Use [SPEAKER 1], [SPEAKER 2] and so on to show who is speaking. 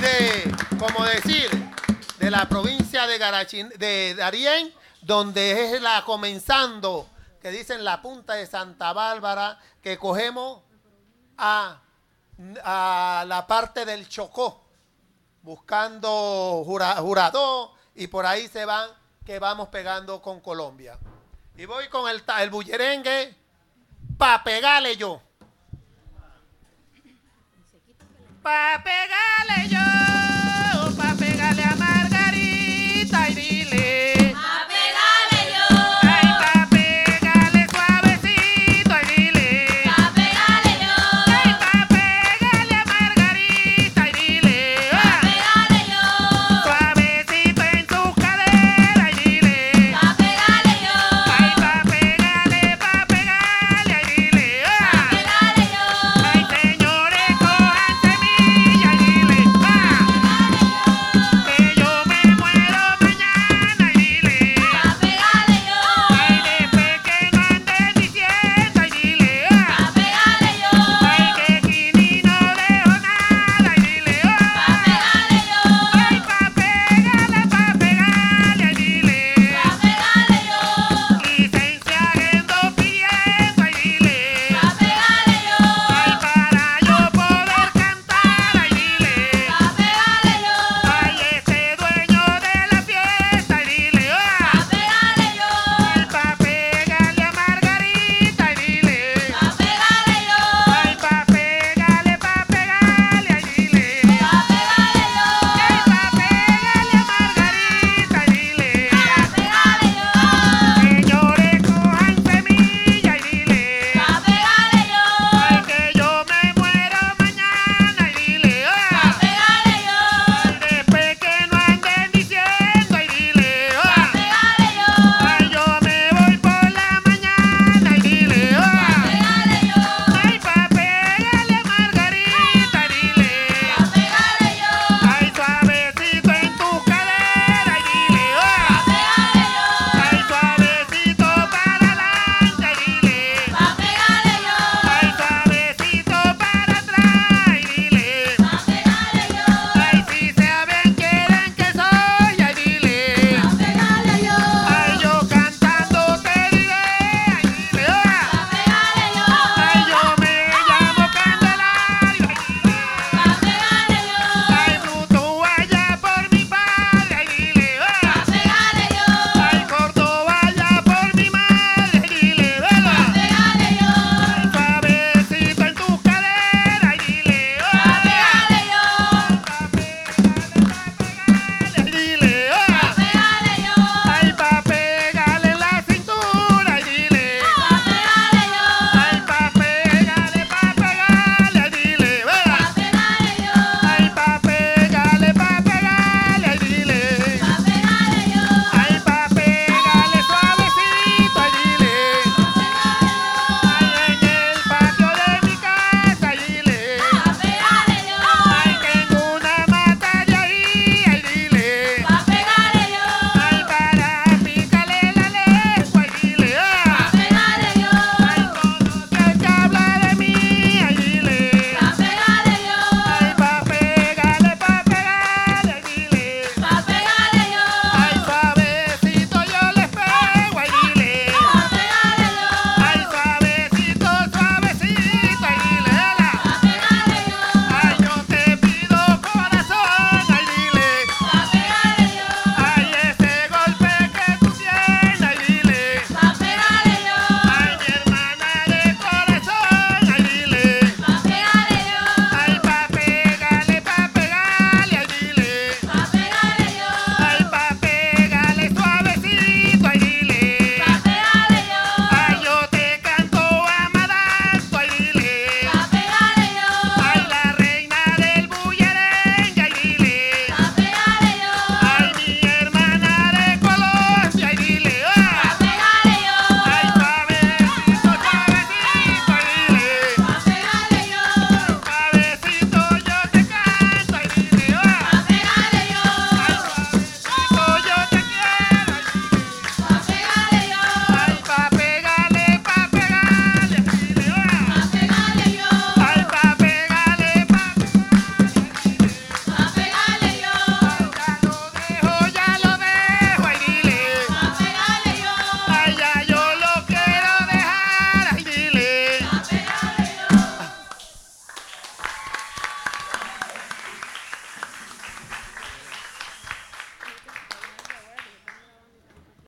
[SPEAKER 1] de, como decir, de la provincia de, Garachin, de Darien, donde es la comenzando, que dicen la punta de Santa Bárbara, que cogemos a, a la parte del Chocó, buscando Jura- Juradó, y por ahí se van, que vamos pegando con Colombia. Y voy con el, ta- el bullerengue, pa' pegarle yo. Pa' pegarle.